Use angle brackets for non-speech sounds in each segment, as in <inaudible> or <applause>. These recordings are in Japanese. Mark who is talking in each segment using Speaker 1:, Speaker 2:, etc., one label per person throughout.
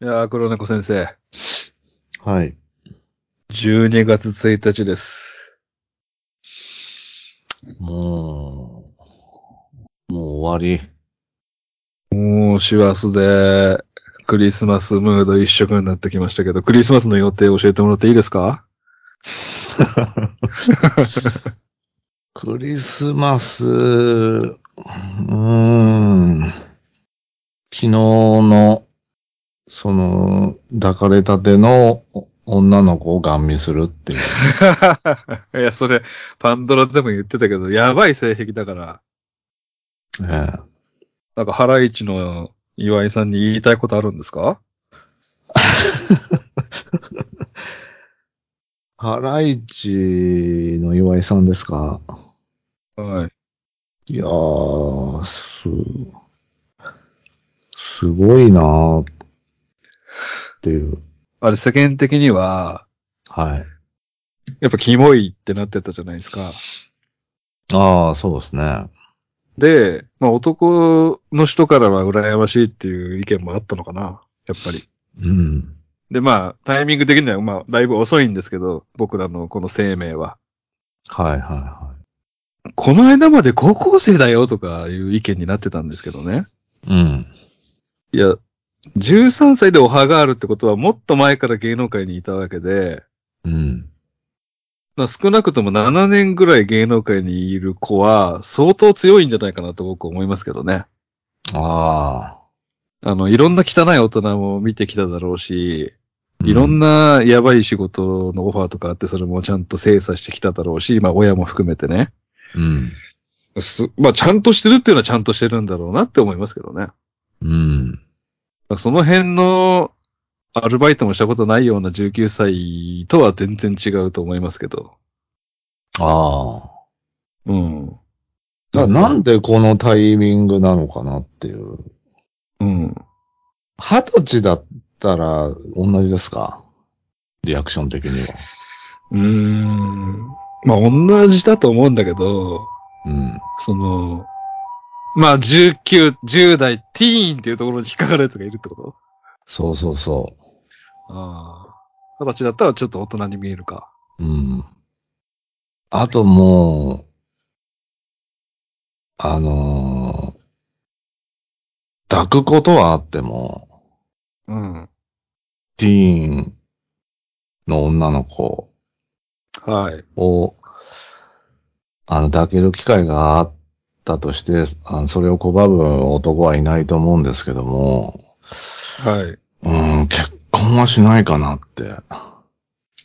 Speaker 1: いやー、黒猫先生。
Speaker 2: はい。
Speaker 1: 12月1日です。
Speaker 2: もう、もう終わり。
Speaker 1: もう、師走で、クリスマスムード一色になってきましたけど、クリスマスの予定教えてもらっていいですか <laughs>
Speaker 2: クリスマス、うーん。昨日の、その、抱かれたてのお女の子をガン見するっていう。
Speaker 1: いや、それ、パンドラでも言ってたけど、やばい性癖だから、
Speaker 2: え
Speaker 1: なんか、ハライチの岩井さんに言いたいことあるんですか
Speaker 2: ハライチの岩井さんですか
Speaker 1: はい。
Speaker 2: いやー、す、すごいなーっていう。
Speaker 1: あれ、世間的には、
Speaker 2: はい。
Speaker 1: やっぱキモいってなってたじゃないですか。
Speaker 2: ああ、そうですね。
Speaker 1: で、まあ、男の人からは羨ましいっていう意見もあったのかな、やっぱり。
Speaker 2: うん。
Speaker 1: で、まあ、タイミング的には、まあ、だいぶ遅いんですけど、僕らのこの生命は。
Speaker 2: はいはいは
Speaker 1: この間まで高校生だよとかいう意見になってたんですけどね。
Speaker 2: い。うん。
Speaker 1: いや、13歳でお歯があるってことは、もっと前から芸能界にいたわけで、
Speaker 2: うん。
Speaker 1: まあ、少なくとも7年ぐらい芸能界にいる子は、相当強いんじゃないかなと僕思いますけどね。
Speaker 2: ああ。
Speaker 1: あの、いろんな汚い大人も見てきただろうし、
Speaker 2: う
Speaker 1: いろん。なやばい仕事のオファーとかあって、それもちゃんと精査してきただろうし、まあ、親も含めてね。
Speaker 2: うん。
Speaker 1: す、まあ、ちゃんとしてるっていうのはちゃんとしてるんだろうなって思いますけどね。だか
Speaker 2: うん。
Speaker 1: らその辺の、アルバイトもしたことないような19歳とは全然違うと思いますけど。
Speaker 2: ああ。
Speaker 1: うん。
Speaker 2: だからなんでこのタイミングなのかなっていう。
Speaker 1: うん。
Speaker 2: 二十歳だったら同じですかリアクション的には。
Speaker 1: うーん。まあ、同じだと思うんだけど、
Speaker 2: うん。
Speaker 1: その、まあ、19、10代、ティーンっていうところに引っかかるやつがいるってこと
Speaker 2: そうそうそ
Speaker 1: ああ。二十歳だったらちょっと大人に見えるか。
Speaker 2: う。うん。あともう、あのー抱くことはあっても、
Speaker 1: うん。
Speaker 2: ティーンの女の子
Speaker 1: はい。
Speaker 2: を、あの、抱ける機会があったとして、あのそれを拒む男はいないと思うんですけども、
Speaker 1: はい。
Speaker 2: うん、結婚はしないかなって。
Speaker 1: あ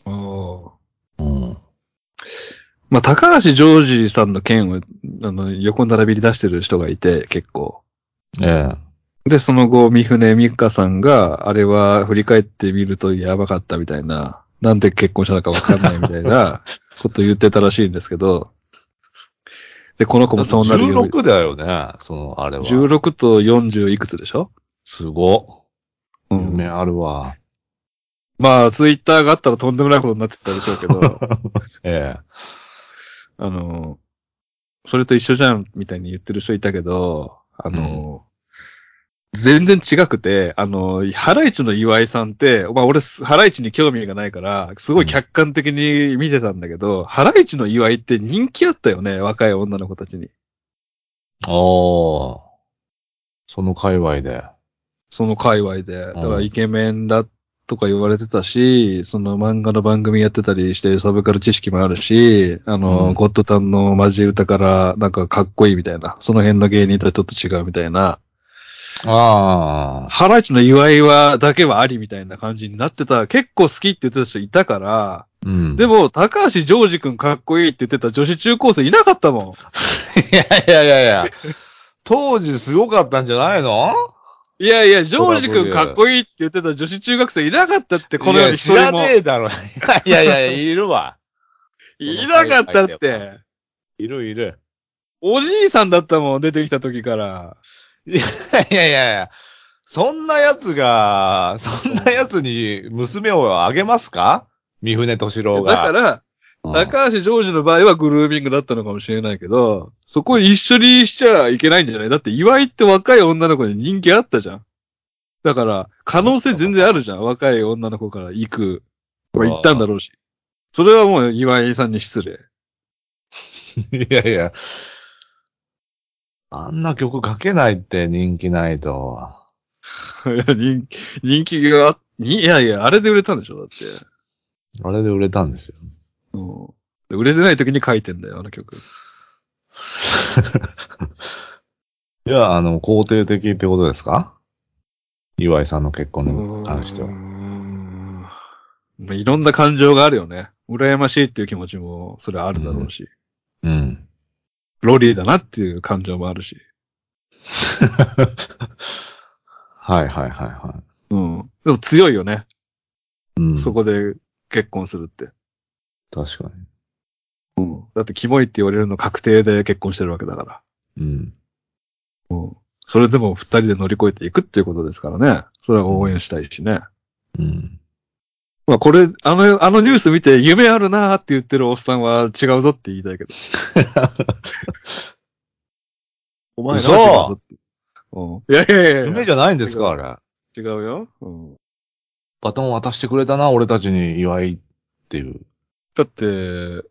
Speaker 1: あ。
Speaker 2: うん。
Speaker 1: まあ、高橋ジョージさんの件を、あの、横並びに出してる人がいて、結構。
Speaker 2: ええ。
Speaker 1: で、その後、三船美香さんが、あれは振り返ってみるとやばかったみたいな、なんで結婚したのかわかんないみたい
Speaker 2: <laughs>
Speaker 1: なこと言ってたらしいんですけど、で、この子もそうなるように。
Speaker 2: 16だよね、その、あれは。
Speaker 1: 16と40いくつでしょ
Speaker 2: すご。
Speaker 1: う
Speaker 2: 夢あるわ。
Speaker 1: まあ、ツイッターがあったらとんでもないことになってたでしょうけど、
Speaker 2: ええ。
Speaker 1: あの、それと一緒じゃんみたいに言ってる人いたけど、あの、全然違くて、あの、ハライチの岩井さんって、まあ俺、ハライチに興味がないから、すごい客観的に見てたんだけど、ハライチの岩井って人気あったよね、若い女の子たちに。
Speaker 2: おー。その界隈で。
Speaker 1: その界隈で。だから
Speaker 2: うん
Speaker 1: イケメンだとか言われてたし、その漫画の番組やってたりしてサブカル知識もあるし、あの、
Speaker 2: うん
Speaker 1: ゴッドタンのマジ歌からなんかかっこいいみたいな、その辺の芸人とはちょっと違うみたいな、
Speaker 2: ああ。
Speaker 1: ハライチの祝いは、だけはありみたいな感じになってた、結構好きって言ってた人いたから、
Speaker 2: うん。
Speaker 1: でも、高橋ジョージくんかっこいいって言ってた女子中高生いなかったもん。
Speaker 2: いやいやいやいや。当時すごかったんじゃないの
Speaker 1: いやいや、ジョージくんかっこいいって言ってた女子中学生いなかったって、この世
Speaker 2: い
Speaker 1: に
Speaker 2: や
Speaker 1: 一
Speaker 2: 知ら
Speaker 1: 人も
Speaker 2: ね。
Speaker 1: <laughs>
Speaker 2: えだろ。いやいやいや、いるわ。
Speaker 1: いなかったっ
Speaker 2: この
Speaker 1: て。
Speaker 2: いるいる。
Speaker 1: おじいさんだったもん、出てきた時から。
Speaker 2: いやいやいや。そんなやつが、そんなやつに娘をあげますか三船敏郎
Speaker 1: だか
Speaker 2: が。
Speaker 1: ら、
Speaker 2: うん
Speaker 1: 高橋ジョージの場合はグルーミングだったのかもしれないけど、そこ一緒にしちゃいけないんじゃないだって岩井って若い女の子に人気あったじゃん。だから、可能性全然あるじゃん。若い女の子から行く。まあ、行ったんだろうし。それはもう岩井さんに失礼。 <laughs>
Speaker 2: いやいや。あんな曲書けないって人気ないと。
Speaker 1: いや人気人気があ、にいやいや、あれで売れたんでしょだって。
Speaker 2: あれで売れたんですよ。
Speaker 1: うん。で売れてない時に書いてんだよ、あの曲。
Speaker 2: <laughs> いや、あの、肯定的ってことですか岩井さんの結婚に関して
Speaker 1: うー
Speaker 2: は。
Speaker 1: んまあ、いろんな感情があるよね。羨ましいっていう気持ちも、それはあるだろうし。
Speaker 2: うん。 <laughs>
Speaker 1: ロリーだなっていう感情もあるし。
Speaker 2: はいはいはいは
Speaker 1: うん。でも強いよね。
Speaker 2: い。うん。
Speaker 1: そこで結婚するって。
Speaker 2: 確か
Speaker 1: うん。だってキモいって言われるの確定で結婚してるわけだから。
Speaker 2: に。う
Speaker 1: う
Speaker 2: ん。
Speaker 1: ん。それでも二人で乗り越えていくっていうことですからね。それは応援したいしね。
Speaker 2: うん。
Speaker 1: まあこれ、あの、あのニュース見て夢あるなーって言ってるおっさんは違うぞって言いたいけど。 <laughs> お前な
Speaker 2: 嘘
Speaker 1: 違うぞって。うん。いやいやいやいや
Speaker 2: 夢じゃないんですかあれ。
Speaker 1: 違うよ。うん。
Speaker 2: バトン渡してくれたな、俺たちに祝いっていう。
Speaker 1: だって、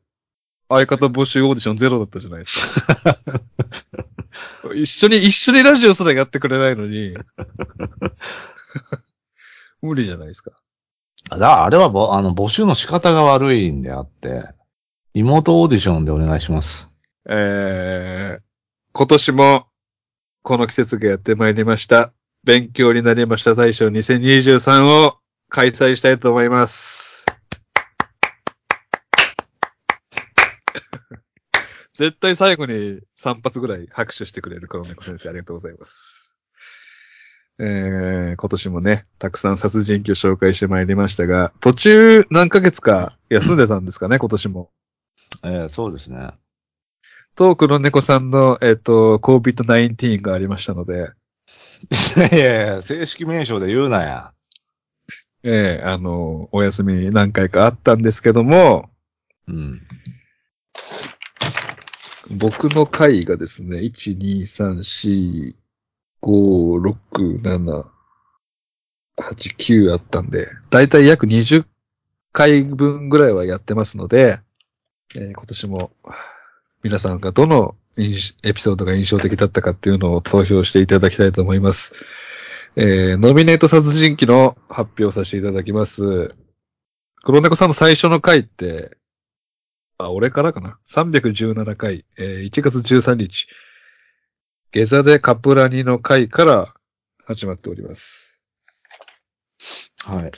Speaker 1: 相方募集オーディションゼロだったじゃないです <laughs> か。一緒に、一緒にラジオすらやってくれないの <laughs> に。無理じゃないですか。
Speaker 2: あだあれはぼ、あの、募集の仕方が悪いんであって、妹オーディションでお願いします。
Speaker 1: えー、今年も、この季節がやってまいりました。勉強になりました大賞2023を開催したいと思います。 <laughs> 絶対最後に3発ぐらい拍手してくれる黒猫先生ありがとうございます。えー、今年もね、たくさん殺人鬼を紹介してまいりましたが、途中何ヶ月か休んでたんですかね、今年も。
Speaker 2: ええそうですね。
Speaker 1: と、黒猫さんの、えっ、と、COVID-19 がありましたので、
Speaker 2: <laughs> いやいや、正式名称で言うなや。
Speaker 1: ええあの、お休み何回かあったんですけども、
Speaker 2: うん。
Speaker 1: 僕の回がですね、1、2、3、4、5、6、7、8、9あったんで、だいたい約20回分ぐらいはやってますので、えー今年も皆さんがどの印エピソードが印象的だったかっていうのを投票していただきたいと思います。えーノミネート殺人鬼の発表をさせていただきます。黒猫さんの最初の回って、あ、俺からかな。317回、えー1月13日、下座でカプラニの回から始まっております。
Speaker 2: はい。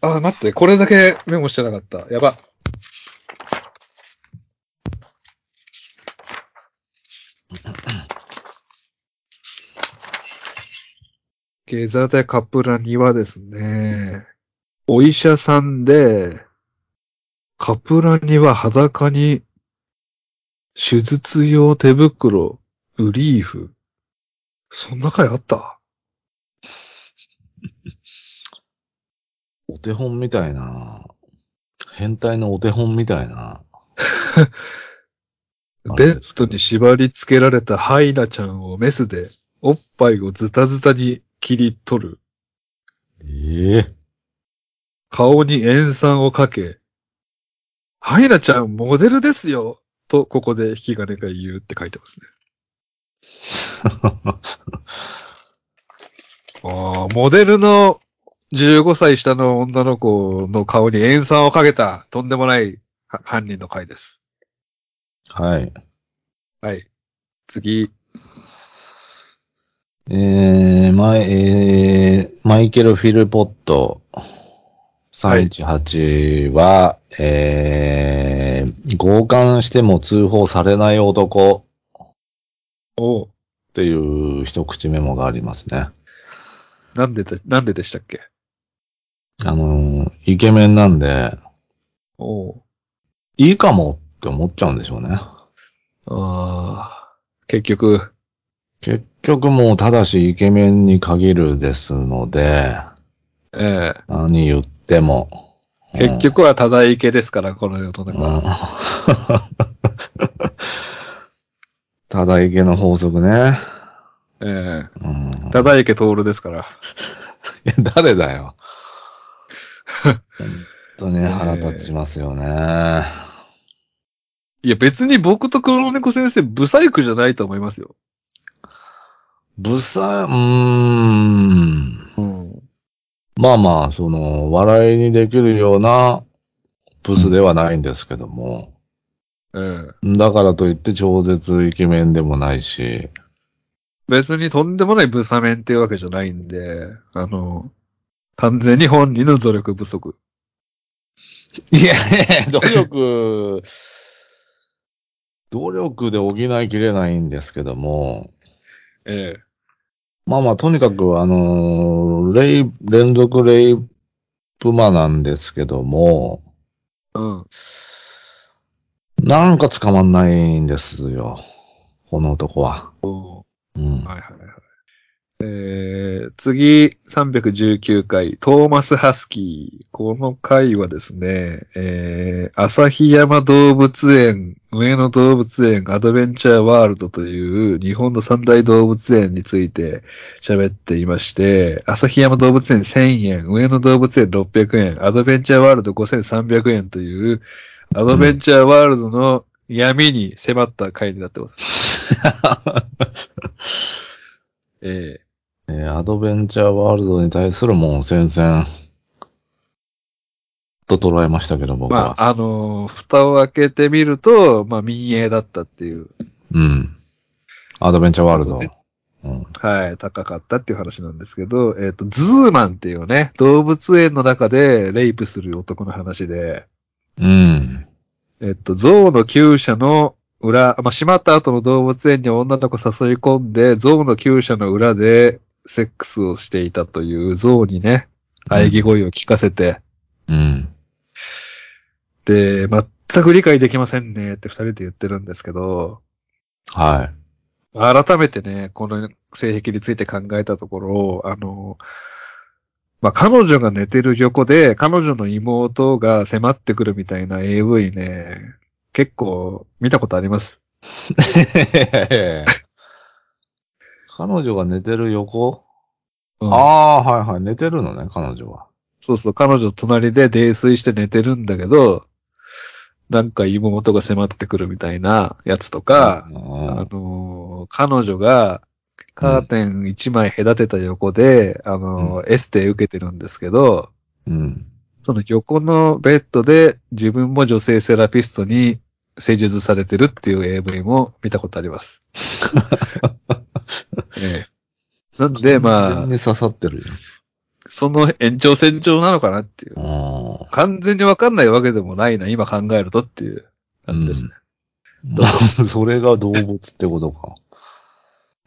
Speaker 1: あ、待って、これだけメモしてなかった。やば。下座でカプラニはですね、お医者さんで、カプラニは裸に、手術用手袋、ブリーフ。そんな回あった
Speaker 2: お手本みたいな。変態のお手本みたいな。あ
Speaker 1: ベ
Speaker 2: れです
Speaker 1: ッドに縛り付けられたハイナちゃんをメスで、おっぱいをズタズタに切り取る。
Speaker 2: ええ
Speaker 1: 顔に塩酸をかけ、ハイナちゃんモデルですよと、ここで引き金が言うって書いてますね。ああ、モデルの15歳下の女の子の顔に塩酸をかけた、とんでもないは犯人の回です。
Speaker 2: <laughs> はい。
Speaker 1: はい。次。
Speaker 2: えー、マイ、えー、マイケル・フィルポット318は、えー、強姦しても通報されない男
Speaker 1: おう
Speaker 2: っていう一口メモがありますね。
Speaker 1: なんでで、なんででしたっけ
Speaker 2: あのー、イケメンなんで、
Speaker 1: おう
Speaker 2: いいかもって思っちゃうんでしょうね。
Speaker 1: ああ、結局、
Speaker 2: 結局もうただしイケメンに限るですので、
Speaker 1: ええ
Speaker 2: 何言っても。
Speaker 1: 結局は多大系ですから、この世の中
Speaker 2: <laughs>
Speaker 1: は。
Speaker 2: うんただいけの法則ね。
Speaker 1: ええ
Speaker 2: うん
Speaker 1: ただ池徹ですから。
Speaker 2: いや <laughs> 誰
Speaker 1: <laughs>
Speaker 2: だよ。本当に腹立ちますよね。
Speaker 1: いや、別に僕と黒猫先生、ブサイクじゃないと思いますよ。
Speaker 2: ぶさ、うーん。
Speaker 1: うん。
Speaker 2: まあまあ、その、笑いにできるようなブスではないんですけども。
Speaker 1: ええ
Speaker 2: だからといって超絶イケメンでもないし。
Speaker 1: 別にとんでもないブサメンっていうわけじゃないんで、あの、完全に本人の努力不足。
Speaker 2: いや、努力、努力で補いきれないんですけども。
Speaker 1: ええ
Speaker 2: まあまあ、とにかく、あのーレイ、連続レイプマなんですけども、
Speaker 1: うん。
Speaker 2: なんか捕まんないんですよ。この男は。
Speaker 1: お
Speaker 2: うん。
Speaker 1: はいはいはい。えー、次、319回、トーマス・ハスキー。この回はですね、えー、旭山動物園、上野動物園、アドベンチャーワールドという日本の三大動物園について喋っていまして、旭山動物園1000円、上野動物園600円、アドベンチャーワールド5300円という、アドベンチャーワールドの闇に迫った回になってます。えー
Speaker 2: えーアドベンチャーワールドに対するもう戦々と捉えましたけど、僕
Speaker 1: ま
Speaker 2: は。
Speaker 1: あ、あのー蓋を開けてみると、まあ、民営だったっていう、
Speaker 2: うん。アドベンチャーワールド。うん。
Speaker 1: はい、高かったっていう話なんですけど、えっ、と、ズーマンっていうね、動物園の中でレイプする男の話で、
Speaker 2: うん。
Speaker 1: えっ、と、象の厩舎の裏、まあ、閉まった後の動物園に女の子誘い込んで、象の厩舎の裏でセックスをしていたという象にね、喘ぎ声を聞かせて、
Speaker 2: うん。
Speaker 1: で、全く理解できませんねって二人で言ってるんですけど、
Speaker 2: は
Speaker 1: 改めてね、この性癖について考えたところ、あの、まあ、彼女が寝てる横で、彼女の妹が迫ってくるみたいな AV ね、結構見たことあります。
Speaker 2: い。 <laughs> 彼女が寝てる横、
Speaker 1: うん
Speaker 2: ああ、はいはい。寝てるのね、彼女は。
Speaker 1: そうそう、彼女隣で泥酔して寝てるんだけど、なんか妹が迫ってくるみたいなやつとか、
Speaker 2: うん
Speaker 1: あのー彼女がカーテン一枚隔てた横で、あのーエステ受けてるんですけど、
Speaker 2: うん。
Speaker 1: その横のベッドで自分も女性セラピストに施術されてるっていう AV も見たことあり
Speaker 2: <laughs>
Speaker 1: ます。ええ、なんで、ま
Speaker 2: 完全
Speaker 1: あ、
Speaker 2: に刺さってるよ。
Speaker 1: その延長線上なのかなっていう
Speaker 2: う。ん。
Speaker 1: 完全にわかんないわけでもないな、今考えるとっていう感じですね。
Speaker 2: まあ <laughs> それが動物ってことか。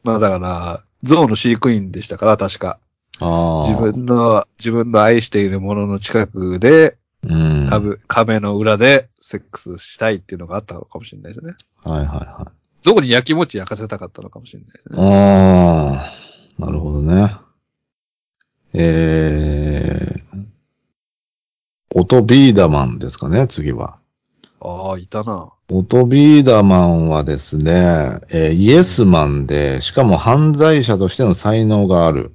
Speaker 1: まあだから、ゾウの飼育員でしたから、確か。
Speaker 2: ああ。
Speaker 1: 自分の、自分の愛しているものの近くで、
Speaker 2: うん。
Speaker 1: カブ壁の裏でセックスしたいっていうのがあったのかもしれないですね。
Speaker 2: はいはいはい。
Speaker 1: ゾウに焼きもち焼かせたかったのかもしれないですね。
Speaker 2: ああ、なるほどね。えー、音ビーダマンですかね、次は。
Speaker 1: ああ、いたな。
Speaker 2: 音ビーダマンはですね、えーイエスマンで、しかも犯罪者としての才能がある、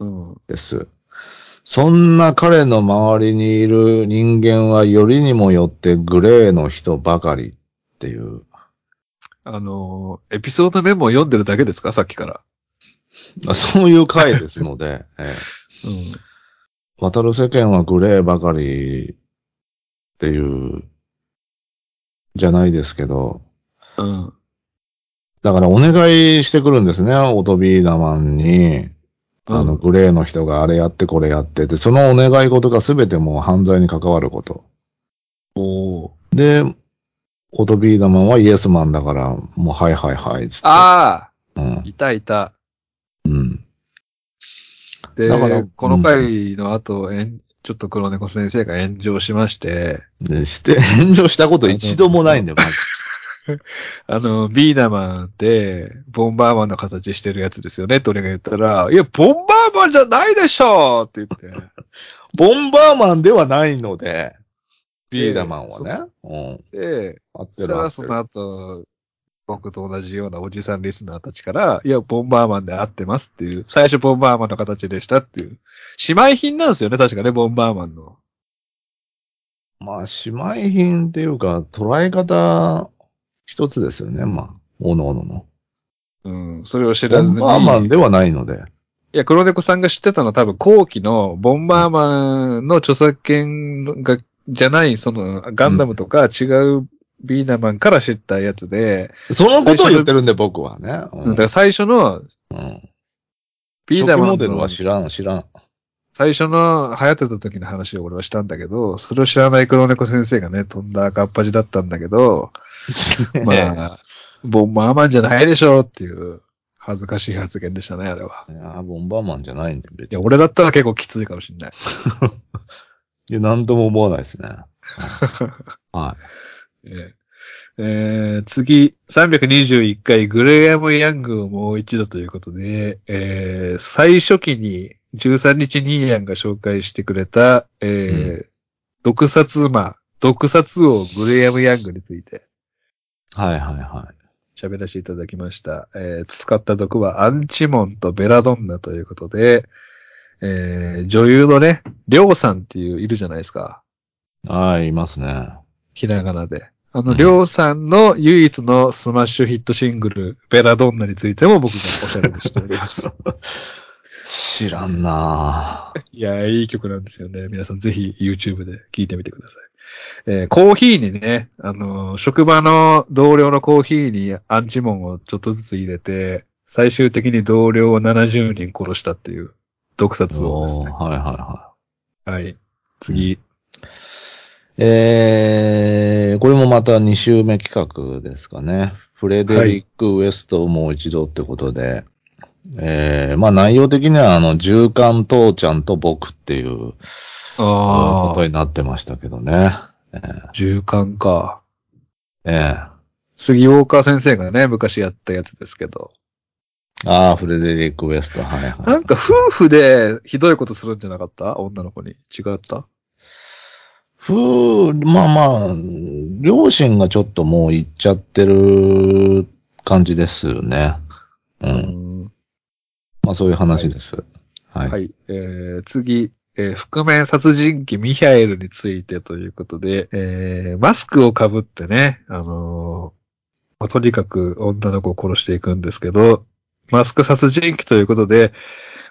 Speaker 1: うん。
Speaker 2: です。そんな彼の周りにいる人間はよりにもよってグレーの人ばかりっていう。 <laughs>
Speaker 1: あのーエピソードメモを読んでるだけですかさっきから。
Speaker 2: あそういう回ですので、えー
Speaker 1: うん。
Speaker 2: 渡る世間はグレーばかりっていう、じゃないですけど、
Speaker 1: うん。
Speaker 2: だからお願いしてくるんですね、オトビーダマンに。あの、グレーの人があれやってこれやってて、そのお願い事が全てもう犯罪に関わること。
Speaker 1: おー
Speaker 2: で、オトビーダマンはイエスマンだから、もうはいはいはい、つって。
Speaker 1: ああ
Speaker 2: うん
Speaker 1: いたいた。
Speaker 2: うん。
Speaker 1: で、
Speaker 2: だから
Speaker 1: この回の後、えん、ちょっと黒猫先生が炎上しまして、
Speaker 2: でして、 <laughs> 炎上したこと一度もないんだよ、まず。
Speaker 1: あの、ビーダマンって、ボンバーマンの形してるやつですよねって俺が言ったら、いや、ボンバーマンじゃないでしょうって言って。
Speaker 2: ボンバーマンではないので、ビーダマンは
Speaker 1: で。
Speaker 2: ね。うん。
Speaker 1: で、
Speaker 2: <laughs> 合っ
Speaker 1: そ
Speaker 2: て
Speaker 1: した
Speaker 2: る合
Speaker 1: ら
Speaker 2: って
Speaker 1: そ
Speaker 2: る
Speaker 1: の後、僕と同じようなおじさんリスナーたちから、いや、ボンバーマンで会ってますっていう、最初ボンバーマンの形でしたっていう。姉妹品なんですよね、確かね、ボンバーマンの。
Speaker 2: まあ、姉妹品っていうか、捉え方一つですよね。まあ、おのおのの。
Speaker 1: うん、それを知
Speaker 2: ボ
Speaker 1: らず
Speaker 2: ン
Speaker 1: に。
Speaker 2: バーマンではないので。
Speaker 1: いや、黒猫さんが知ってたのは多分後期のボンバーマンの著作権が、じゃない、そのガンダムとか違うビーナマンから知ったやつで、
Speaker 2: そのことを言ってるんで、僕はね。うん。
Speaker 1: だから最初の
Speaker 2: うん、
Speaker 1: ビー
Speaker 2: 初期
Speaker 1: ナマ
Speaker 2: モ
Speaker 1: ン
Speaker 2: デル
Speaker 1: の
Speaker 2: は知らん、知らん。
Speaker 1: 最初の流行ってた時の話を俺はしたんだけど、それを知らない黒猫先生がね、とんだ赤っ端だったんだけど、
Speaker 2: <laughs>
Speaker 1: まあ、ボンバーマンじゃないでしょっていう恥ずかしい発言でしたね、あれは。
Speaker 2: いや、ボンバーマンじゃないんで、別
Speaker 1: いや、
Speaker 2: に。
Speaker 1: 俺だったら結構きついかもしんない。
Speaker 2: いや、なんとも思わないですね。は
Speaker 1: えええー次、321回、グレアム・ヤングをもう一度ということで、えー最初期に13日ニーヤンが紹介してくれた、えー毒殺魔、毒殺王グレアム・ヤングについて
Speaker 2: い。はいはいはい。
Speaker 1: 喋らせていただきました。えー使った毒はアンチモンとベラドンナということで、えー女優のね、りょうさんっていういるじゃないですか。
Speaker 2: はい、いますね。
Speaker 1: ひらがなで。あの、りょうさんの唯一のスマッシュヒットシングル、ベラドンナについても僕がおしゃべりしており <laughs> ます。
Speaker 2: 知らんな
Speaker 1: <laughs>
Speaker 2: ぁ。
Speaker 1: いや、いい曲なんですよね。皆さんぜひ YouTube で聴いてみてください。えーコーヒーにね、あのー、職場の同僚のコーヒーにアンチモンをちょっとずつ入れて、最終的に同僚を70人殺したっていう毒殺をです
Speaker 2: おー
Speaker 1: ね。
Speaker 2: はいはいは
Speaker 1: はい。次。
Speaker 2: い。えー、これもまた2週目企画ですかね。フレデリック・ウエストをもう一度ってことで、えー、まあ内容的にはあの、銃艦父ちゃんと僕っていうこ
Speaker 1: あ
Speaker 2: と
Speaker 1: あ、
Speaker 2: になってましたけどね。えー
Speaker 1: 循環か。
Speaker 2: えー
Speaker 1: 杉大川先生がね、昔やったやつですけど。
Speaker 2: ああ、フレデリック・ウエスト、はいはい。
Speaker 1: なんか夫婦でひどいことするんじゃなかった女の子に。違った
Speaker 2: ふう、まあまあ、両親がちょっともう行っちゃってる感じですよね。う。
Speaker 1: うんん。
Speaker 2: まあそういう話です。はい。 <laughs>
Speaker 1: はい。えー、次、えー覆面殺人鬼ミハエルについてということで、えー、マスクをかぶってね、あのーまあとにかく女の子を殺していくんですけど、マスク殺人鬼ということで、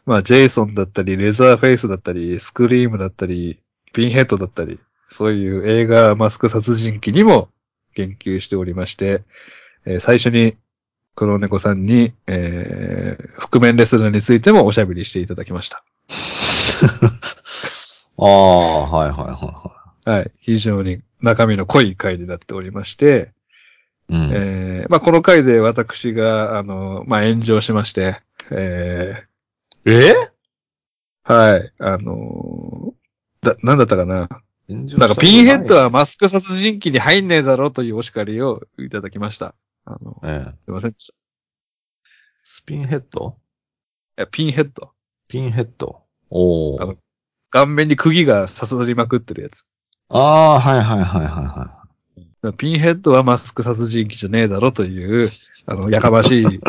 Speaker 1: まあ、ジェイソンだったり、レザーフェイスだったり、スクリームだったり、ピンヘッドだったり、そういう映画マスク殺人鬼にも言及しておりまして、えー最初に黒猫さんに、えー、覆面レスラーについてもおしゃべりしていただきました。
Speaker 2: ああ、はいはいは
Speaker 1: はい。非常に中身の濃い回になっておりまして、
Speaker 2: いはい。うん。
Speaker 1: えー、まあ、この回で私が、あの、まあ、炎上しまして、え
Speaker 2: え
Speaker 1: ー、はい、あのーだ、なんだったかな。な
Speaker 2: なん
Speaker 1: かピンヘッドはマスク殺人鬼に入んねえだろうというお叱りをいただきました。あの、
Speaker 2: ええ。
Speaker 1: すいませんでした。
Speaker 2: スピンヘッド
Speaker 1: いやピンヘッド。
Speaker 2: ピンヘッド。お
Speaker 1: あの
Speaker 2: お。
Speaker 1: 顔面に釘が刺さりまくってるやつ。
Speaker 2: ああ、はいはいはいはいは
Speaker 1: ピンヘッドはマスク殺人鬼じゃねえだろという、あの、やかましい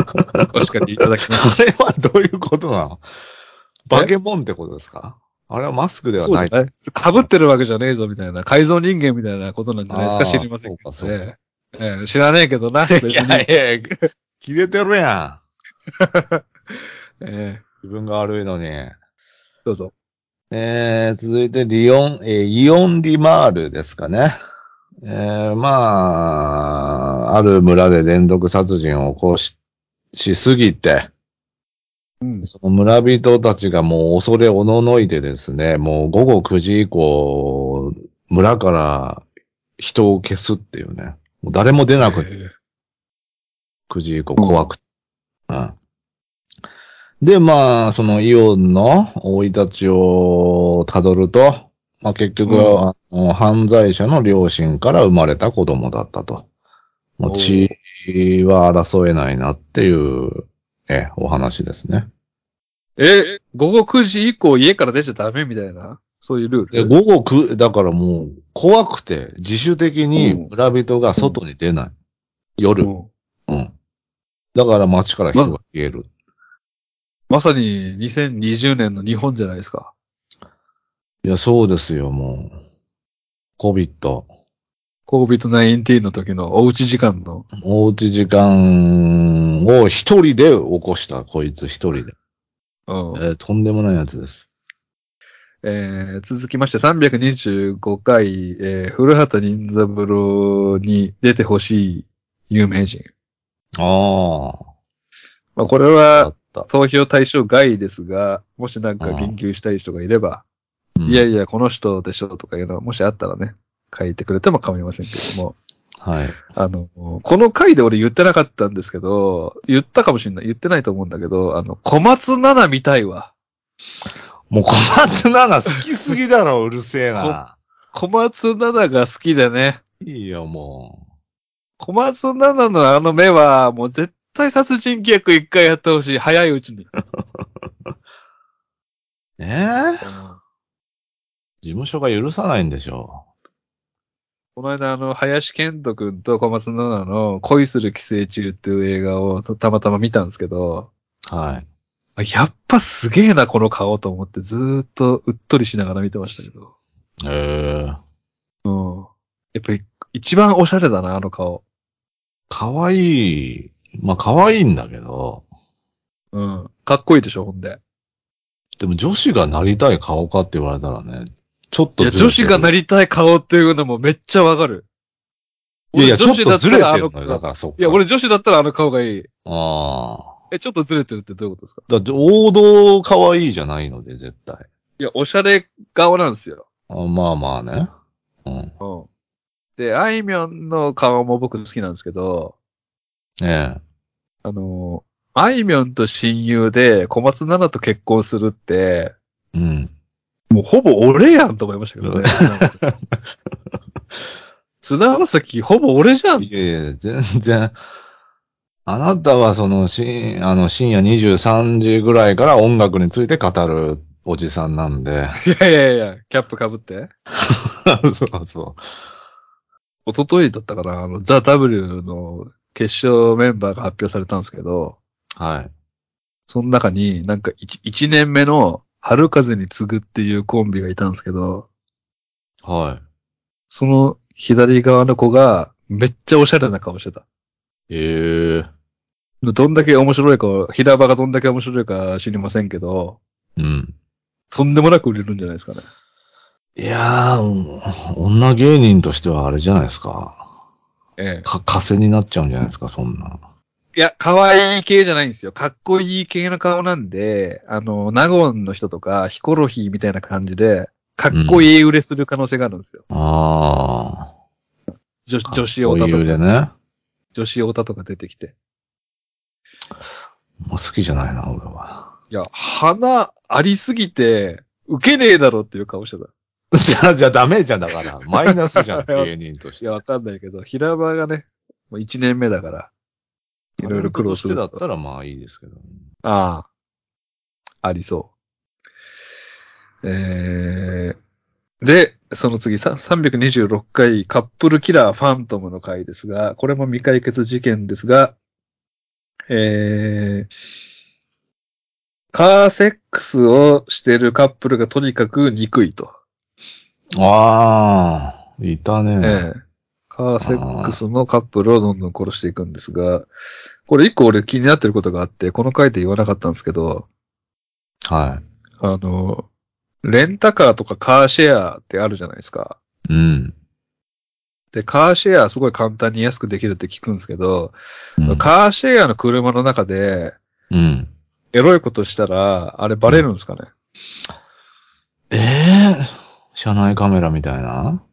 Speaker 1: お叱りいただきま
Speaker 2: い。
Speaker 1: した。
Speaker 2: それはどういうことなのバケモンってことですかあれはマスクでは
Speaker 1: そう
Speaker 2: ない
Speaker 1: じゃ。ない被ってるわけじゃねえぞみたいな、改造人間みたいなことなんじゃないですか
Speaker 2: あ
Speaker 1: 知
Speaker 2: ー
Speaker 1: りませんけど
Speaker 2: そうかそう
Speaker 1: ね。ええ知らねえけどな。別に
Speaker 2: <laughs> いやいやいや、切れてるやん。
Speaker 1: ええ
Speaker 2: 自分が悪いのに。
Speaker 1: どうぞ。
Speaker 2: えー、続いて、リオン、えーイオンリマールですかね。えー、まあ、ある村で連続殺人を起こし、しすぎて、
Speaker 1: うん。
Speaker 2: その村人たちがもう恐れおののいてですね、もう午後9時以降、村から人を消すっていうね。もう誰も出なく
Speaker 1: え
Speaker 2: 9時以降怖くて。うん。で、まあ、そのイオンの生い立ちを辿ると、まあ結
Speaker 1: う
Speaker 2: 局
Speaker 1: ん
Speaker 2: は、あの犯罪者の両親から生まれた子供だったと。もう
Speaker 1: おう
Speaker 2: 血は争えないなっていう、え、お話ですね。
Speaker 1: ええ午後9時以降家から出ちゃダメみたいな、そういうル
Speaker 2: で、
Speaker 1: ール。
Speaker 2: 午後く、だからもう怖くて、自主的に村人が外に出ない。夜。
Speaker 1: うん
Speaker 2: うん。だから街から人が消える。
Speaker 1: まさに2020年の日本じゃないですか。
Speaker 2: いや、そうですよ、もう。COVID。
Speaker 1: COVID-19 の時のおうち時間の。
Speaker 2: おうち時間を一人で起こした、こいつ一人で。
Speaker 1: うん
Speaker 2: えーとんでもないやつです。
Speaker 1: えー続きまして325回、えー古畑任三郎に出てほしい有名人。
Speaker 2: あ
Speaker 1: まあ、これ
Speaker 2: あ、あ
Speaker 1: は
Speaker 2: った。
Speaker 1: 投票対象外ですが、もしなんか言及したい人がいれば、
Speaker 2: うん
Speaker 1: いやいや、この人でしょうとかいうのは、もしあったらね、書いてくれても構いませんけども、
Speaker 2: はい。
Speaker 1: あの、この回で俺言ってなかったんですけど、言ったかもしれない、言ってないと思うんだけど、あの、小松菜奈見たいわ。
Speaker 2: もう小松菜奈好きすぎだろ、うるせえな。
Speaker 1: 小松菜奈が好きでね、
Speaker 2: いいよ、も
Speaker 1: 小松菜奈のあの目は、もう絶対殺人規約一回やってほしい、早いうちに。
Speaker 2: う。ええ事務所が許さないんでしょ
Speaker 1: この間、あの、林健人君と小松菜奈の恋する寄生虫っていう映画をたまたま見たんですけど、
Speaker 2: う。はい。
Speaker 1: あやっぱすげえな、この顔と思ってずーっとうっとりしながら見てましたけど。
Speaker 2: ええ
Speaker 1: うん。やっぱり一番おしゃれだな、あの顔。
Speaker 2: かわいい。まあ、かわいいんだけど、
Speaker 1: うん。かっこいいでしょ、ほんで。
Speaker 2: でも女子がなりたい顔かって言われたらね、ちょっ
Speaker 1: い
Speaker 2: と
Speaker 1: や、
Speaker 2: ずれ
Speaker 1: 女
Speaker 2: て
Speaker 1: 子
Speaker 2: る
Speaker 1: がなりたい顔っていうのもめっちゃわかる。
Speaker 2: いやいや、ちょ
Speaker 1: 俺
Speaker 2: っとずれてる
Speaker 1: 女
Speaker 2: の
Speaker 1: 子
Speaker 2: よ。
Speaker 1: だったらあ
Speaker 2: だ
Speaker 1: の
Speaker 2: からそっか。
Speaker 1: いや、。俺女子だったらあの顔がいい。
Speaker 2: ああ。
Speaker 1: え、ちょっとずれてるってどういうことですか
Speaker 2: だって王道可愛いじゃないので、絶対。
Speaker 1: いや、おしゃれ顔なんですよ。
Speaker 2: あまあまあね。うん。
Speaker 1: うん。で、あいみょんの顔も僕好きなんですけど、
Speaker 2: ええ。
Speaker 1: あのー、あいみょんと親友で小松菜奈と結婚するって、
Speaker 2: うん。
Speaker 1: もうほぼ俺やんと思いましたけどね。 <laughs> 砂まさきほぼ俺じゃん。
Speaker 2: いやいや、全然。あなたはその、しあの深夜23時ぐらいから音楽について語るおじさんなんで。 <laughs>
Speaker 1: いやいやいや、キャップ被って。
Speaker 2: そうそ
Speaker 1: 一昨日だったかな、あの、ザ・ W の決勝メンバーが発表されたんですけど、
Speaker 2: う。はい。
Speaker 1: その中になんか 1, 年目の春風に次ぐっていうコンビがいたんですけど、
Speaker 2: は
Speaker 1: その左側の子がめっちゃおしゃれな顔してた。
Speaker 2: い。ええ
Speaker 1: どんだけ面白いか、平場がどんだけ面白いか知りませんけど、
Speaker 2: うん。
Speaker 1: とんでもなく売れるんじゃないですかね。
Speaker 2: いやー、うん女芸人としてはあれじゃないですか。
Speaker 1: ええ。
Speaker 2: か、稼になっちゃうんじゃないですか、そんな。
Speaker 1: いや、可愛い系じゃないんですよ。かっこいい系の顔なんで、あの、ナゴンの人とか、ヒコロヒーみたいな感じで、かっこいい売れする可能性があるんですよ。
Speaker 2: あ
Speaker 1: 女
Speaker 2: あ。
Speaker 1: 女子オタ
Speaker 2: こうい
Speaker 1: と
Speaker 2: うで
Speaker 1: か、
Speaker 2: ね。
Speaker 1: 女子オタとか出てきて。
Speaker 2: もう好きじゃないな、俺は。 <laughs>
Speaker 1: いや、鼻ありすぎて、受けねえだろっていう顔してた。
Speaker 2: じゃあ、じゃあダメじゃんだから。マイナスじゃん、芸人とし
Speaker 1: <laughs> い
Speaker 2: て。
Speaker 1: や、わかんないけど、平場がね、もう1年目だから、いろいろ苦労する
Speaker 2: タレントとしてだったらまあいいですけど。
Speaker 1: ああ。ありそう。えー、で、その次、さ326回カップルキラーファントムの回ですが、これも未解決事件ですが、えー、カーセックスをしてるカップルがとにかく憎いと。
Speaker 2: ああ、いたね。
Speaker 1: ええカーセックスのカップルをどんどん殺していくんですが、これ一個俺気になってることがあって、この回で言わなかったんですけど、
Speaker 2: は
Speaker 1: あの、レンタカーとかカーシェアってあるじゃないですか。
Speaker 2: い。うん。
Speaker 1: で、カーシェアすごい簡単に安くできるって聞くんですけど、
Speaker 2: うん。
Speaker 1: カーシェアの車の中で、
Speaker 2: うん
Speaker 1: エロいことしたら、あれバレるんですかね、
Speaker 2: ええ車内カメラみたいな <laughs>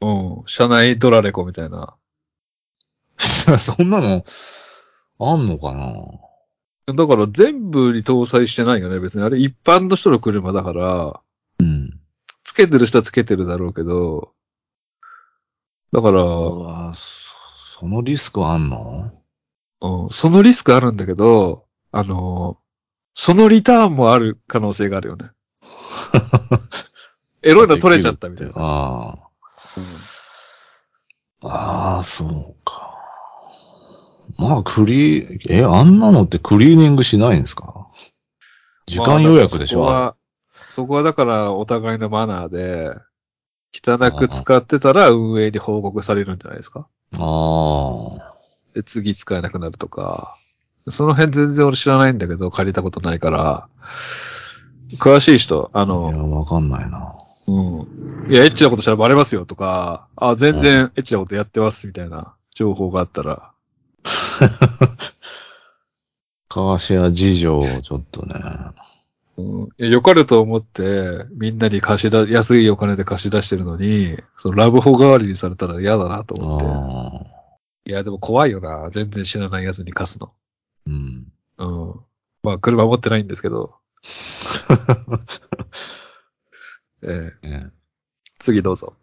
Speaker 1: うん、車内ドラレコみたいな。
Speaker 2: そんなの、あんのかな
Speaker 1: だから全部に搭載してないよね、別に。あれ一般の人の車だから、
Speaker 2: うん。
Speaker 1: つけてる人はつけてるだろうけど、だから、
Speaker 2: うわそそのリスクあんの
Speaker 1: うん、そのリスクあるんだけど、あの、そのリターンもある可能性があるよ
Speaker 2: <laughs>
Speaker 1: ね。エロいの取れちゃったみたいな。
Speaker 2: ああ。ああ、そうか。まあ、クリー、え、あんなのってクリーニングしないんですか時間予約でしょ、
Speaker 1: まあだからそこは、そこはだからお互いのマナーで、汚く使ってたら運営に報告されるんじゃないですか
Speaker 2: ああ。
Speaker 1: で次使えなくなるとか。その辺全然俺知らないんだけど、借りたことないから。詳しい人、あ
Speaker 2: い
Speaker 1: の
Speaker 2: や、、わかんないな。
Speaker 1: うん。いや、エッチなことしたらバレますよとか、あ、全然エッチなことやってますみたいな情報があったら。
Speaker 2: カーシェア事情をちょっとね。
Speaker 1: うん。いや、良かれと思って、みんなに貸し出、安いお金で貸し出してるのに、そのラブホ代わりにされたら嫌だなと思って。
Speaker 2: ああ。
Speaker 1: いや、でも怖いよな。全然知らない奴に貸すの。
Speaker 2: うん。
Speaker 1: うん。まあ、車持ってないんですけ
Speaker 2: <laughs>
Speaker 1: ど。ええ
Speaker 2: ね
Speaker 1: 次どうぞ。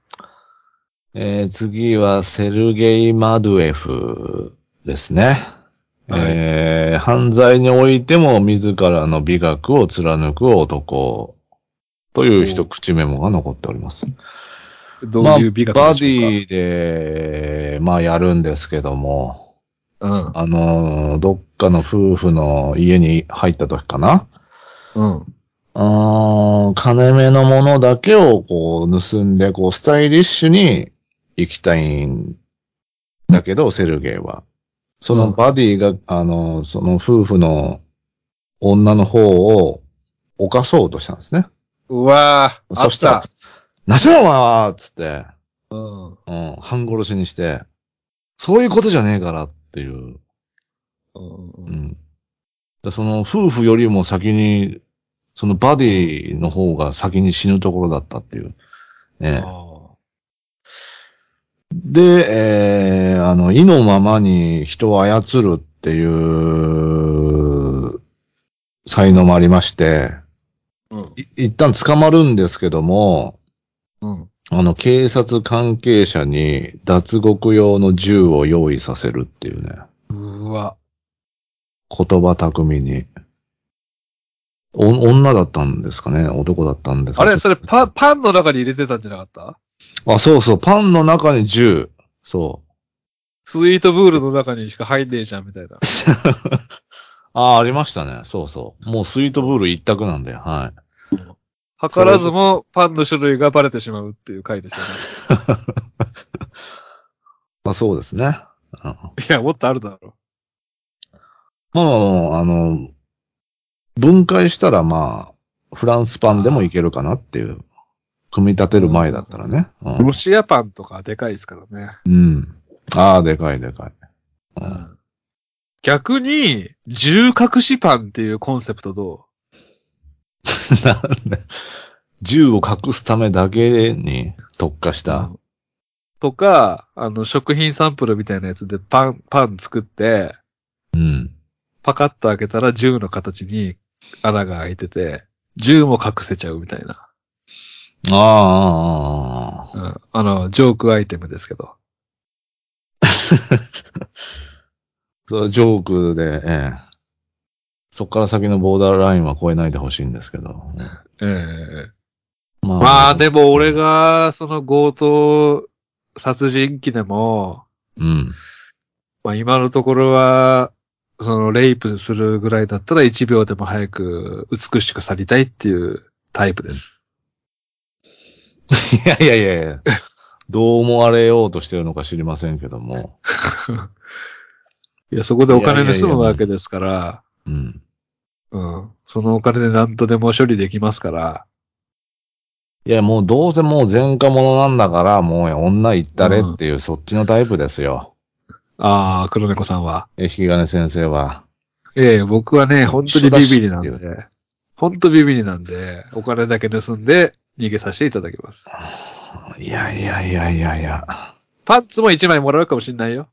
Speaker 2: えー次はセルゲイ・マドゥエフですね。
Speaker 1: はい
Speaker 2: えー犯罪においても自らの美学を貫く男という一口メモが残っております。
Speaker 1: どういう美学でしょうか
Speaker 2: バディで、まあやるんですけども、
Speaker 1: うん。
Speaker 2: あのーどっかの夫婦の家に入った時かな。
Speaker 1: うん。
Speaker 2: あー金目のものだけをこう盗んで、こうスタイリッシュに行きたいんだけど、セルゲイは。そのバディが、あの、その夫婦の女の方を犯そうとしたんですね。
Speaker 1: うわぁ、あ
Speaker 2: そ
Speaker 1: っ
Speaker 2: したら
Speaker 1: た。、
Speaker 2: なぜだお前はつって、
Speaker 1: うん。
Speaker 2: うん、半殺しにして、そういうことじゃねえからっていう。
Speaker 1: うんう
Speaker 2: うんん。でその夫婦よりも先に、そのバディの方が先に死ぬところだったっていう。ね、
Speaker 1: あ
Speaker 2: で、えーあの、意のままに人を操るっていう才能もありまして、
Speaker 1: ーうん
Speaker 2: い一旦捕まるんですけども、
Speaker 1: うん
Speaker 2: あの、警察関係者に脱獄用の銃を用意させるっていうね。
Speaker 1: うわ。
Speaker 2: 言葉巧みに。お、女だったんですかね男だったんですか
Speaker 1: あれ、それパン、パンの中に入れてたんじゃなかった
Speaker 2: あ、そうそう。パンの中に銃。そう。
Speaker 1: スイートブールの中にしか入んねえじゃん、みたいな。
Speaker 2: ああ、ありましたね。そうそう。もうスイートブール一択なんで、は
Speaker 1: 図らずもパンの種類がバレてしまうっていう回です
Speaker 2: い。まあそうですね。うん
Speaker 1: よ <laughs> ね。いや、もっとあるだろ
Speaker 2: まあまあまあ、あの、分解したらまあ、フランスパンでもいけるかなっていう。組み立てる前だったらね。う
Speaker 1: う。
Speaker 2: ん
Speaker 1: ロ。シアパンとかでかいですからね。
Speaker 2: うん、ああ、でかいでかい。うん
Speaker 1: 逆に、重隠しパンっていうコンセプトど
Speaker 2: なんで銃を隠すためだけに特化し
Speaker 1: う
Speaker 2: た。
Speaker 1: とか、あの、食品サンプルみたいなやつでパン、パン作って、
Speaker 2: うん。
Speaker 1: パカッと開けたら銃の形に穴が開いてて、銃も隠せちゃうみたいな。
Speaker 2: ああああああ、
Speaker 1: うん。あの、ジョークアイテムですけど。
Speaker 2: そうジョークで、ええ。そっから先のボーダーラインは超えないでほしいんですけど。
Speaker 1: ええ
Speaker 2: ま
Speaker 1: まあ、でも俺が、その強盗殺人鬼でも、
Speaker 2: うん。
Speaker 1: まあ今のところは、そのレイプするぐらいだったら1秒でも早く美しく去りたいっていうタイプです。
Speaker 2: いやいやいやいや。どう思われようとしてるのか知りませんけども。
Speaker 1: いや、そこでお金盗むわけですから、
Speaker 2: うん。
Speaker 1: うん。そのお金で何とでも処理できますから、
Speaker 2: いや、もうどうせもう前科者なんだから、もう女行ったれっていう、そっちのタイプですよ。
Speaker 1: ああ、黒猫さんは。
Speaker 2: え、引き金先生は。
Speaker 1: ええ、僕はね、本当にビビリなん
Speaker 2: 一緒だしって
Speaker 1: で、本当ビビリなんで、お金だけ盗んで逃げさせていただきます。
Speaker 2: いやいやいやいやいや。
Speaker 1: パンツも1枚もらうかもしんないよ。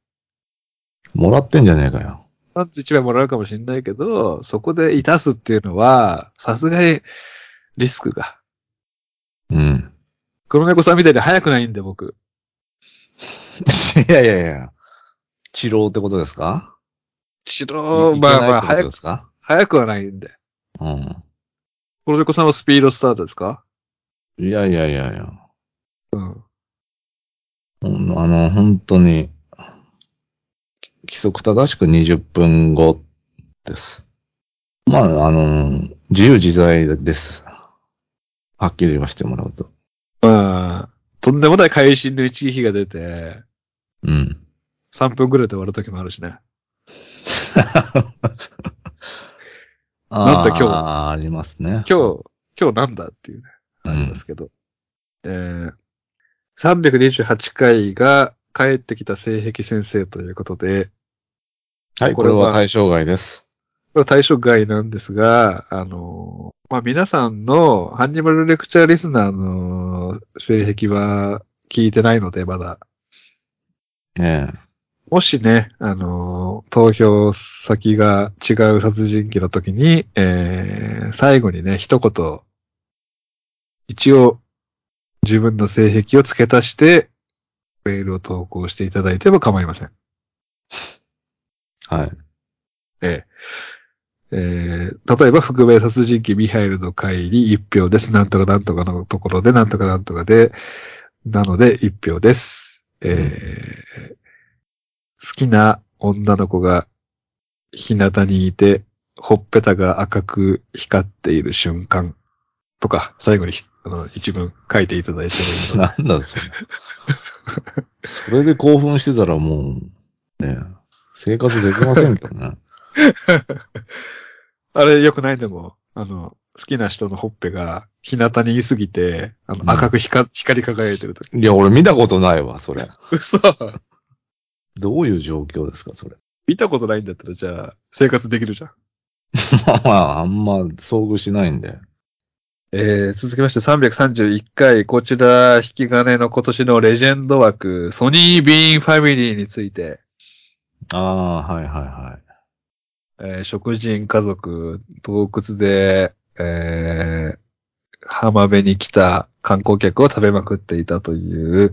Speaker 2: もらってんじゃねえかよ。
Speaker 1: パンツ1枚もらうかもしんないけど、そこでいたすっていうのは、さすがにリスクが。
Speaker 2: うん。
Speaker 1: 黒猫さんみたいに早くないんで、僕。
Speaker 2: <laughs> いやいやいや。治療ってことですか
Speaker 1: 白、
Speaker 2: い
Speaker 1: まあまあ、
Speaker 2: いけないってこと
Speaker 1: 早
Speaker 2: で
Speaker 1: く、
Speaker 2: すか
Speaker 1: 早くはないんで。
Speaker 2: う
Speaker 1: 黒猫さんはスピードスタートですか
Speaker 2: ん。いやいやいやいや。
Speaker 1: うん。
Speaker 2: うんあの、本当に、規則正しく20分後です。まあ、あの、自由自在です。はっきり言わせてもらうと。
Speaker 1: まあ、とんでもない会心の一撃が出て、
Speaker 2: <laughs> うん。
Speaker 1: 3分ぐらいで終わる時もあるしね。なんだ今日
Speaker 2: あーありますね。
Speaker 1: 今日、今日なんだっていうね、
Speaker 2: うん
Speaker 1: ありますけど。えー、328回が帰ってきた性癖先生ということで、
Speaker 2: はい、これは対象外です。
Speaker 1: これは対象外なんですが、あのーまあ、皆さんのハンニバルレクチャーリスナーの性癖は聞いてないので、まだ。
Speaker 2: ねえ
Speaker 1: もしね、あのー投票先が違う殺人鬼の時に、えー最後にね、一言、一応、自分の性癖を付け足して、メールを投稿していただいても構いません。
Speaker 2: はい。
Speaker 1: えええー例えば、福米殺人鬼ミハイルの会に一票です。なんとかなんとかのところで、なんとかなんとかで、なので一票です。えー好きな女の子が日向にいて、ほっぺたが赤く光っている瞬間とか、最後にひあの一文書いていただいてもいいので
Speaker 2: <laughs> なんだそれ。それで興奮してたらもう、ねえ生活できませんけどね。
Speaker 1: あれ良くないでも、あの、好きな人のほっぺが日向にいすぎて、あ
Speaker 2: うん
Speaker 1: の赤く光,、光り輝いてると
Speaker 2: <laughs> いや、俺見たことないわ、それ。
Speaker 1: 嘘
Speaker 2: どういう状況ですか、それ。
Speaker 1: 見たことないんだったら、じゃあ、生活できるじゃん。
Speaker 2: まあまあ、あんま遭遇しないんで。
Speaker 1: えー、続きまして331回、こちら、引き金の今年のレジェンド枠、ソニー・ビーン・ファミリーについて、
Speaker 2: ああ、はいはいはい。
Speaker 1: えー食人家族、洞窟で、えー浜辺に来た観光客を食べまくっていたという、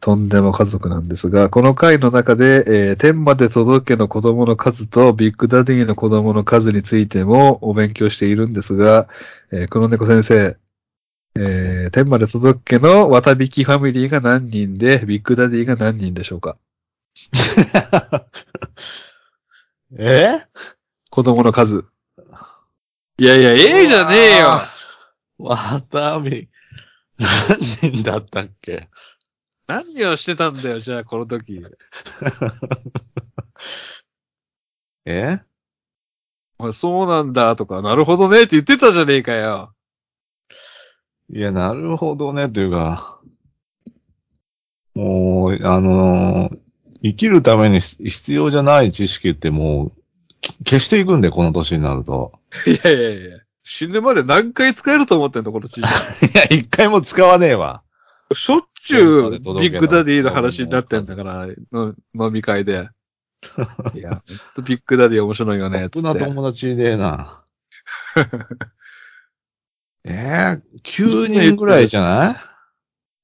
Speaker 1: とんでも家族なんですが、この回の中で、えー天まで届けの子供の数とビッグダディの子供の数についてもお勉強しているんですが、えー黒猫先生、えー天まで届けの渡引きファミリーが何人で、ビッグダディが何人でしょうか
Speaker 2: <laughs> え
Speaker 1: 子供の数。いやいや、ええじゃねえよ
Speaker 2: わたび、何人だったっけ
Speaker 1: 何をしてたんだよ、じゃあ、この時。
Speaker 2: え
Speaker 1: おいそうなんだ、とか、なるほどね、って言ってたじゃねえかよ。
Speaker 2: いや、なるほどね、というか、もう、あのー生きるために必要じゃない知識ってもう、き消していくんで、この年になると。
Speaker 1: いやいやいや死ぬまで何回使えると思ってんの、このチー <laughs> ム。
Speaker 2: いや、一回も使わねえわ。
Speaker 1: しょっちゅう、ビッグダディの話になってんだから、の飲み会 <laughs> で。いや、ほんとビッグダディ面白いよね、つ
Speaker 2: 僕
Speaker 1: っ
Speaker 2: な
Speaker 1: て。
Speaker 2: 友達いねえな。 <laughs> えー、9人ぐらいじゃない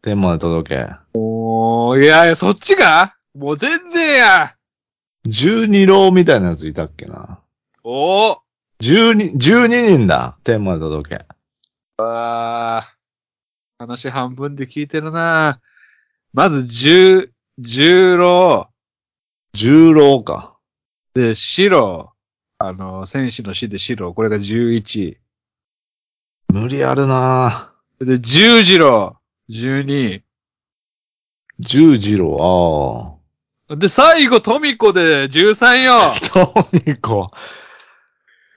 Speaker 2: 天まで届け。
Speaker 1: もう、いやいや、そっちがもう全然や
Speaker 2: 12郎みたいなやついたっけな。
Speaker 1: おお
Speaker 2: 12、12人だ。天まで届け。
Speaker 1: あー話半分で聞いてるなまず、十、十郎。
Speaker 2: 10郎か。
Speaker 1: で、白、あの、戦士の死で白、これが11。
Speaker 2: 無理あるな
Speaker 1: で、十次郎、12。
Speaker 2: 十次郎、
Speaker 1: で、最後、富子で13よ
Speaker 2: ああ。トミコ。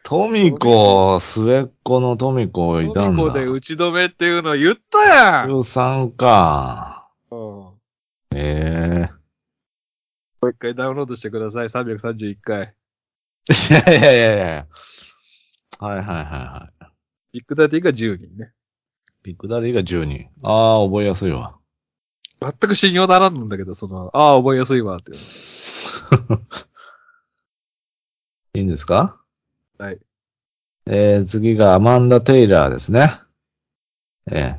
Speaker 2: トミコ、末っ子のトミコ <laughs> いたん
Speaker 1: 富子
Speaker 2: だ。
Speaker 1: で打ち止めっていうの言ったやん、うん、
Speaker 2: 13か。
Speaker 1: も
Speaker 2: え <laughs>
Speaker 1: う一回ダウンロードしてください、331回。
Speaker 2: えいやいやいやいや。はいはいはいはい。
Speaker 1: ビッグダディが10人ね。
Speaker 2: ビッグダディが10人。ああ、覚えやすいわ。 <laughs>
Speaker 1: 全く信用ならんのんだけど、その、ああ、覚えやすいわ、っていう
Speaker 2: いいんですか
Speaker 1: の。はい。
Speaker 2: えー、次がアマンダ・テイラーですね。え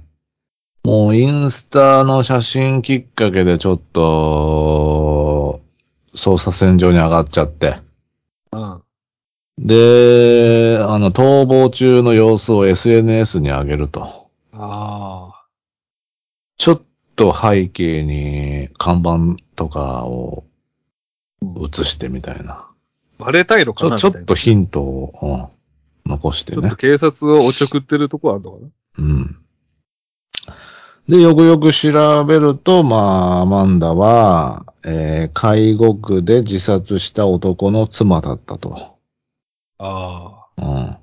Speaker 2: ー、もうインスタの写真きっかけでちょっと、捜査線上に上がっちゃって。
Speaker 1: うん。
Speaker 2: で、あの、逃亡中の様子を SNS に上げると。
Speaker 1: あ
Speaker 2: ちょっと背景に看板とかを
Speaker 1: あ。
Speaker 2: 映してみたいな。
Speaker 1: バレたいの
Speaker 2: ち
Speaker 1: か
Speaker 2: ょ、
Speaker 1: な
Speaker 2: ちょ
Speaker 1: みた
Speaker 2: っ
Speaker 1: いな
Speaker 2: とヒントを、うん、残して
Speaker 1: ちょっ
Speaker 2: ね
Speaker 1: と。警察をおちょくってるとこあるのかな
Speaker 2: うん。で、よくよく調べると、まあ、アマンダは、えー介護区で自殺した男の妻だったと。
Speaker 1: あ
Speaker 2: うん。だか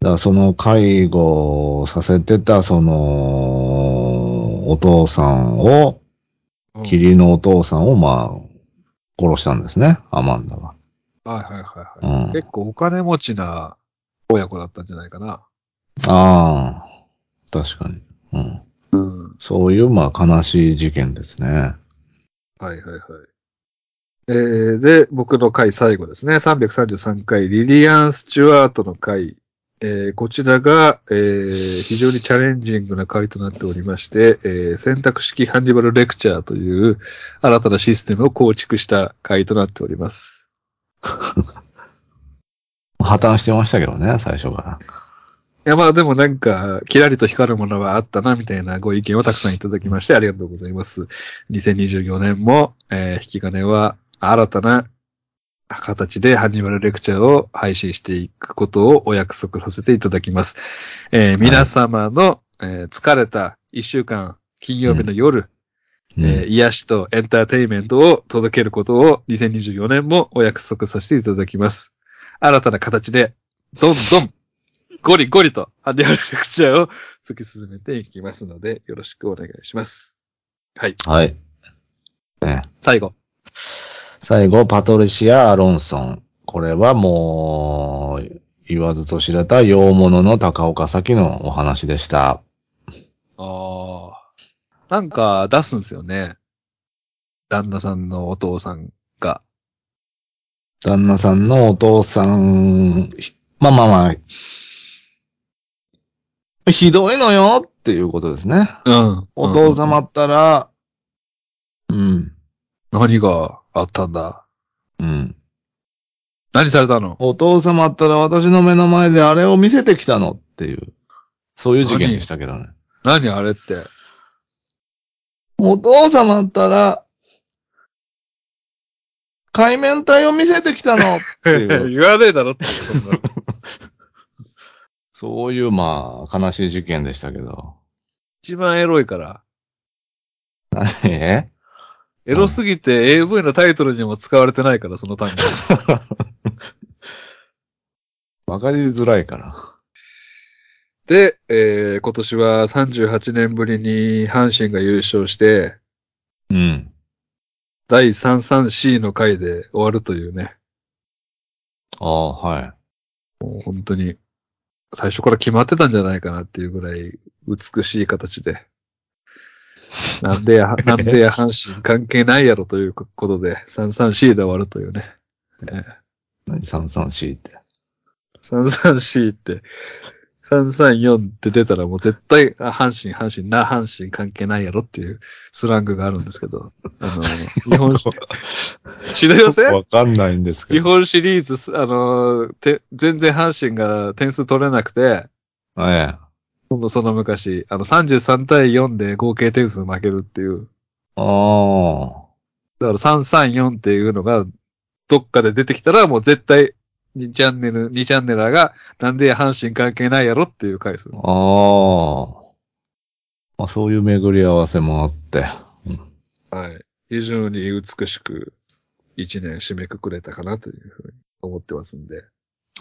Speaker 2: らその介護をさせてた、その、お父さんを、
Speaker 1: あ。
Speaker 2: 霧のお父さんを、まあ、殺したんですね、アマンダは。
Speaker 1: はいはいはい、
Speaker 2: う
Speaker 1: はい
Speaker 2: ん。
Speaker 1: 結構お金持ちな親子だったんじゃないかな。
Speaker 2: ああ、確かに。うん。
Speaker 1: うん。
Speaker 2: そういう、まあ、悲しい事件ですね。
Speaker 1: はいはいはい。えー、で、僕の回最後ですね。333回、リリアン・スチュワートの回。えー、こちらが、えー、非常にチャレンジングな回となっておりまして、えー、選択式ハンニバルレクチャーという新たなシステムを構築した回となっております。
Speaker 2: 破綻してましたけどね、最初から。
Speaker 1: いや、まあでもなんか、キラリと光るものはあったな、みたいなご意見をたくさんいただきまして、ありがとうございます。2024年も、えー引き金は新たな形でハンニバルレクチャーを配信していくことをお約束させていただきます。えー皆様の、えー疲れた一週間、金曜日の夜、えー癒しとエンターテインメントを届けることを2024年もお約束させていただきます。新たな形で、どんどん、ゴリゴリと、ハンディアルレクチャーを突き進めていきますので、よろしくお願いします。はい。
Speaker 2: はい。
Speaker 1: 最後。
Speaker 2: 最後、パトリシア・アロンソン。これはもう、言わずと知れた洋物の高岡咲のお話でした。
Speaker 1: ああ。なんか、出すんですよね。旦那さんのお父さんが。
Speaker 2: 旦那さんのお父さん、ひまあまあまあ、ひどいのよっていうことですね。
Speaker 1: うん。
Speaker 2: お父様。ったら、うん、
Speaker 1: 何があったんだ
Speaker 2: うん。
Speaker 1: 何されたの
Speaker 2: お父様ったら私の目の前であれを見せてきたのっていう、そういう事件でしたけどね。
Speaker 1: 何あれ <laughs> って。
Speaker 2: お父様ったら、海面体を見せてきたのって
Speaker 1: <laughs>
Speaker 2: いう、
Speaker 1: 言わねえだろって、そん <laughs> な。
Speaker 2: そういうまあ、悲しい事件でしたけど。 <laughs>
Speaker 1: 一番エロいから。
Speaker 2: え
Speaker 1: エロすぎて AV のタイトルにも使われてないから、その単語。
Speaker 2: わかりづらいから。
Speaker 1: で、えー、今年は38年ぶりに阪神が優勝して、
Speaker 2: うん。
Speaker 1: 第 33C の回で終わるというね。
Speaker 2: ああ、はい。
Speaker 1: もう本当に、最初から決まってたんじゃないかなっていうぐらい美しい形で。なんでや、なんでや阪神関係ないやろということで、33C で終わるというね。えー
Speaker 2: 何 ?334 って。
Speaker 1: 334って、334って出たらもう絶対、あ阪神、阪神、な、阪神関係ないやろっていうスラングがあるんですけど、あの、日本シリーズ、知りません
Speaker 2: わかんないんですけ
Speaker 1: 日
Speaker 2: ど。
Speaker 1: 本シリーズ、あの、て全然阪神が点数取れなくて、
Speaker 2: ええ。
Speaker 1: 今度その昔、あの、33対4で合計点数負けるっていう、
Speaker 2: ああ。
Speaker 1: だから334っていうのが、どっかで出てきたらもう絶対、2チャンネル、2チャンネラーが、なんで阪神関係ないやろっていう回数。
Speaker 2: ああ。まあそういう巡り合わせもあって。
Speaker 1: はい。非常に美しく一年締めくくれたかなというふうに思ってますんで。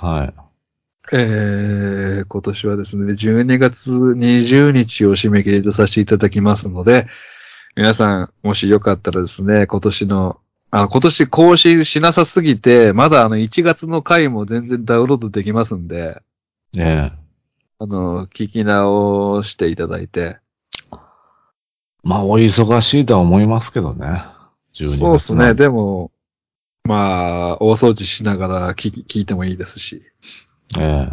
Speaker 2: はい。
Speaker 1: えー、今年はですね、12月20日を締め切りとさせていただきますので、皆さん、もしよかったらですね、今年の、あの、今年更新しなさすぎて、まだあの、1月の回も全然ダウンロードできますんで、
Speaker 2: ねえ。
Speaker 1: あの、聞き直していただいて、
Speaker 2: まあお忙しいとは思いますけどね。12月
Speaker 1: そうです
Speaker 2: な
Speaker 1: ね。
Speaker 2: んて
Speaker 1: でも、まあ、大掃除しながら聞き聞いてもいいですし。
Speaker 2: え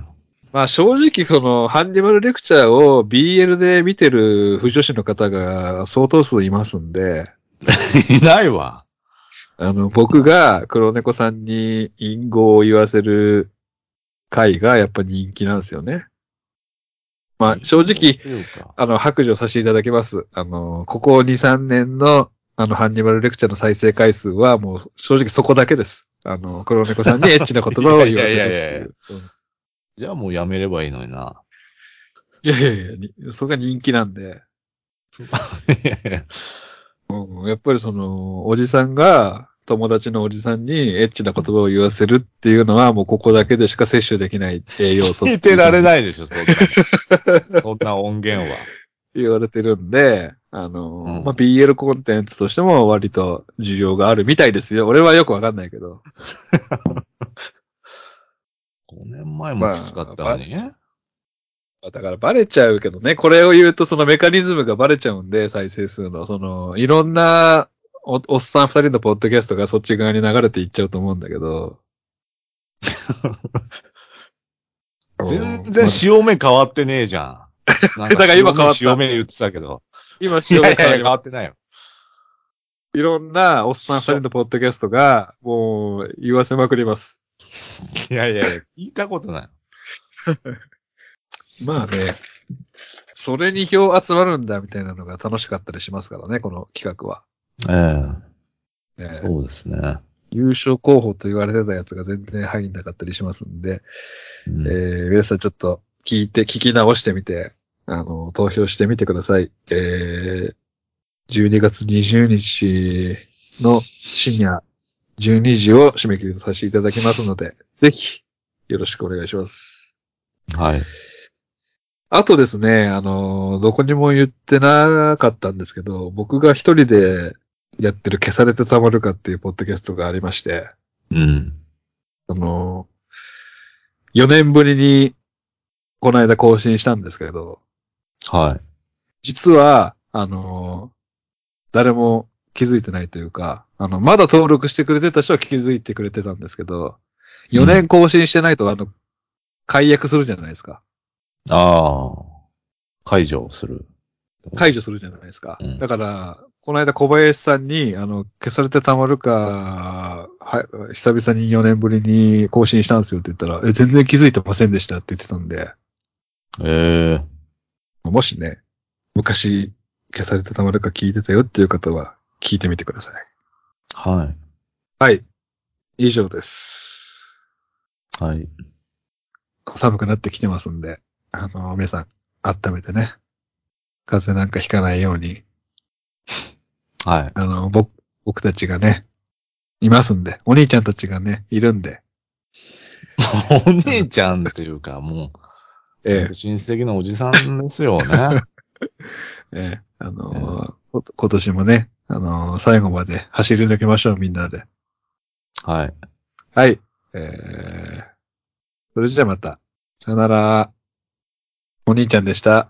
Speaker 1: まあ正直その、ハンニバルレクチャーを BL で見てる不女子の方が相当数いますんで、
Speaker 2: え。 <laughs> いないわ。
Speaker 1: あの、僕が黒猫さんに隠語を言わせる回がやっぱ人気なんですよね。まあ正直、
Speaker 2: というか。
Speaker 1: あの、白状させていただきます。あの、ここ2、3年のあの、ハンニバルレクチャーの再生回数はもう正直そこだけです。あの、黒猫さんにエッチな言葉を言わせるっていう。
Speaker 2: <laughs> いやいやいやいやじゃあもうやめればいいのに
Speaker 1: <laughs>
Speaker 2: な。
Speaker 1: いやいやいやにそこが人気なんで、うん、やっぱりその、おじさんが、友達のおじさんにエッチな言葉を言わせるっていうのはもうここだけでしか摂取できない栄養素。
Speaker 2: <laughs> 聞いてられ
Speaker 1: い。
Speaker 2: ないでしょ、そんな。 <laughs> そんな音源は。
Speaker 1: 言われてるんで、あの、
Speaker 2: うん
Speaker 1: まあ、BL コンテンツとしても割と需要があるみたいですよ。俺はよくわかんないけど。
Speaker 2: 5年前もきつかったのにね。
Speaker 1: だからバレちゃうけどね、これを言うとそのメカニズムがバレちゃうんで、再生数の、その、いろんなおおっさん二人のポッドキャストがそっち側に流れていっちゃうと思うんだけど。
Speaker 2: <laughs> 全然潮目変わってねえじゃん。なん
Speaker 1: だから今変わった
Speaker 2: 潮目潮目言ってたけど。
Speaker 1: 今、
Speaker 2: い
Speaker 1: 潮目
Speaker 2: やい
Speaker 1: 変わ
Speaker 2: やいや
Speaker 1: り
Speaker 2: 変
Speaker 1: ま
Speaker 2: わ
Speaker 1: す
Speaker 2: ってないよ。
Speaker 1: いろんなおっさん二人のポッドキャストが、もう、言わせまくります。
Speaker 2: いやいやいや、聞いたことない。
Speaker 1: まあね、それに票集まるんだみたいなのが楽しかったりしますからね、この企画は。
Speaker 2: え
Speaker 1: え
Speaker 2: え
Speaker 1: え
Speaker 2: そうですね。
Speaker 1: 優勝候補と言われてたやつが全然入んなかったりしますんで、
Speaker 2: う
Speaker 1: え
Speaker 2: ん
Speaker 1: ー、皆さんちょっと聞いて、聞き直してみて、あの、投票してみてください。えー、12月20日の深夜12時を締め切りとさせていただきますので、ぜひ、よろしくお願いします。
Speaker 2: はい。
Speaker 1: あとですね、あの、どこにも言ってなかったんですけど、僕が一人でやってる消されてたまるかっていうポッドキャストがありまして、
Speaker 2: うん。
Speaker 1: あの、4年ぶりに、この間更新したんですけど、
Speaker 2: は
Speaker 1: 実は、あの、誰も気づいてないというか、あの、まだ登録してくれてた人は気づいてくれてたんですけど、4年更新してないと、あの、解約するじゃないですか。
Speaker 2: い。ああ。解除する。
Speaker 1: 解除するじゃないですか。
Speaker 2: うん
Speaker 1: だから、この間小林さんに、あの、消されてたまるか、は久々に4年ぶりに更新したんですよって言ったら、え、全然気づいてませんでしたって言ってたんで、
Speaker 2: ええ
Speaker 1: もしね、昔消されてたまるか聞いてたよっていう方は、聞いてみてください。
Speaker 2: は
Speaker 1: はい。以上です。
Speaker 2: い。はい。
Speaker 1: 寒くなってきてますんで、あの、皆さん、温めてね。風邪なんかひかないように、
Speaker 2: はい。
Speaker 1: あの、僕、僕たちがね、いますんで、お兄ちゃんたちがね、いるんで、
Speaker 2: <laughs> お姉ちゃんというか、もう、
Speaker 1: え
Speaker 2: 親戚のおじさんですよ <laughs> ね。
Speaker 1: え、ええ、あのーこ今年もね、あのー最後まで走り抜けましょう、みんなで。
Speaker 2: はい。
Speaker 1: はい。えー、それじゃあまた。さよなら。お兄ちゃんでした。